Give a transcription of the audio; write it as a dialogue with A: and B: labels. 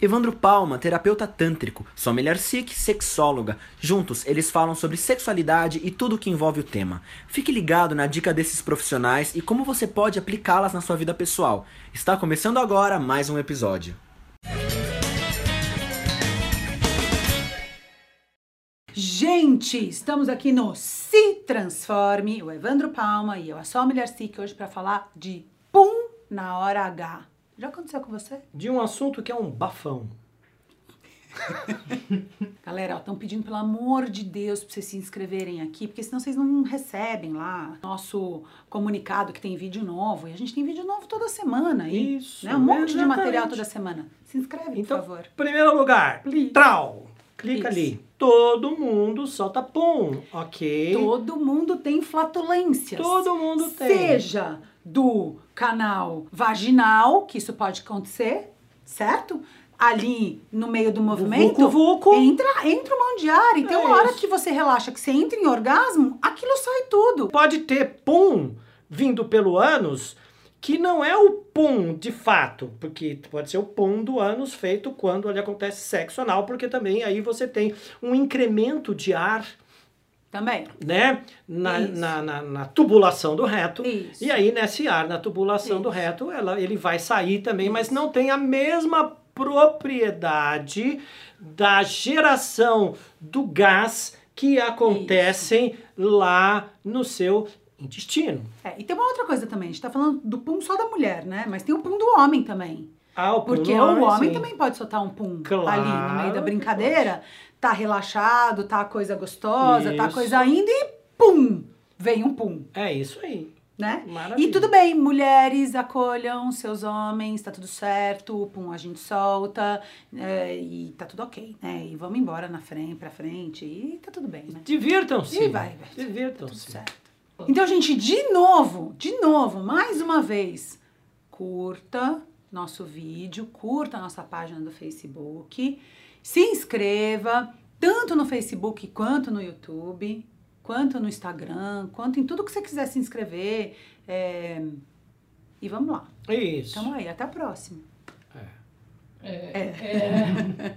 A: Evandro Palma, terapeuta tântrico, Sommelier Sikh, sexóloga. Juntos, eles falam sobre sexualidade e tudo o que envolve o tema. Fique ligado na dica desses profissionais e como você pode aplicá-las na sua vida pessoal. Está começando agora mais um episódio.
B: Gente, estamos aqui no Se Transforme, o Evandro Palma e eu, a Sol Mulher Sick, hoje para falar de Pum na Hora H. Já aconteceu com você?
C: de um assunto que é um bafão.
B: Galera, estão pedindo pelo amor de Deus para vocês se inscreverem aqui, porque senão vocês não recebem lá nosso comunicado que tem vídeo novo. E a gente tem vídeo novo toda semana aí.
C: Isso,
B: Né? Um monte de
C: exatamente.
B: material toda semana. Se inscreve,
C: Então,
B: por favor.
C: primeiro lugar,
B: Please.
C: trau. Clica
B: Please.
C: ali. Todo mundo solta pum, ok?
B: Todo mundo tem flatulências.
C: Todo mundo tem.
B: Seja do canal vaginal, que isso pode acontecer, certo? Ali no meio do movimento,
C: vucu-vucu.
B: entra, entra um monte de ar. Então,
C: É
B: a hora
C: isso.
B: que você relaxa, que você entra em orgasmo, aquilo sai tudo.
C: Pode ter pum vindo pelo ânus, que não é o pum de fato, porque pode ser o pum do ânus feito quando ali acontece sexo anal, porque também aí você tem um incremento de ar,
B: Também.
C: né? Na,
B: Isso.
C: na, na- na tubulação do reto.
B: Isso.
C: E aí, nesse ar, na tubulação do
B: Isso.
C: reto, ela, ele vai sair também, mas não tem a mesma propriedade da geração do gás que acontecem lá no seu intestino.
B: É, e tem uma outra coisa também. A gente tá falando do pum só da mulher, né? Mas tem o pum do homem também.
C: Ah, o
B: Porque é
C: pulmão,
B: o homem
C: sim.
B: também pode soltar um pum
C: Claro
B: ali no meio da
C: que
B: brincadeira. Tá relaxado, tá a coisa gostosa, tá a
C: Isso.
B: coisa ainda e pum! Vem um pum,
C: É isso aí.
B: né?
C: Maravilha.
B: E tudo bem, mulheres acolham seus homens, tá tudo certo, o pum a gente solta é, e tá tudo ok, né? E vamos embora na frente, pra frente e tá tudo bem, né?
C: Divirtam-se.
B: E vai, vai. Tudo
C: Divirtam-se.
B: certo. Então, gente, de novo, de novo, mais uma vez, curta nosso vídeo, curta a nossa página do Facebook, se inscreva tanto no Facebook quanto no YouTube, quanto no Instagram, quanto em tudo que você quiser se inscrever. é, E vamos lá.
C: Isso.
B: Tamo aí, até a próxima.
C: É.
D: É.
B: É.
D: é.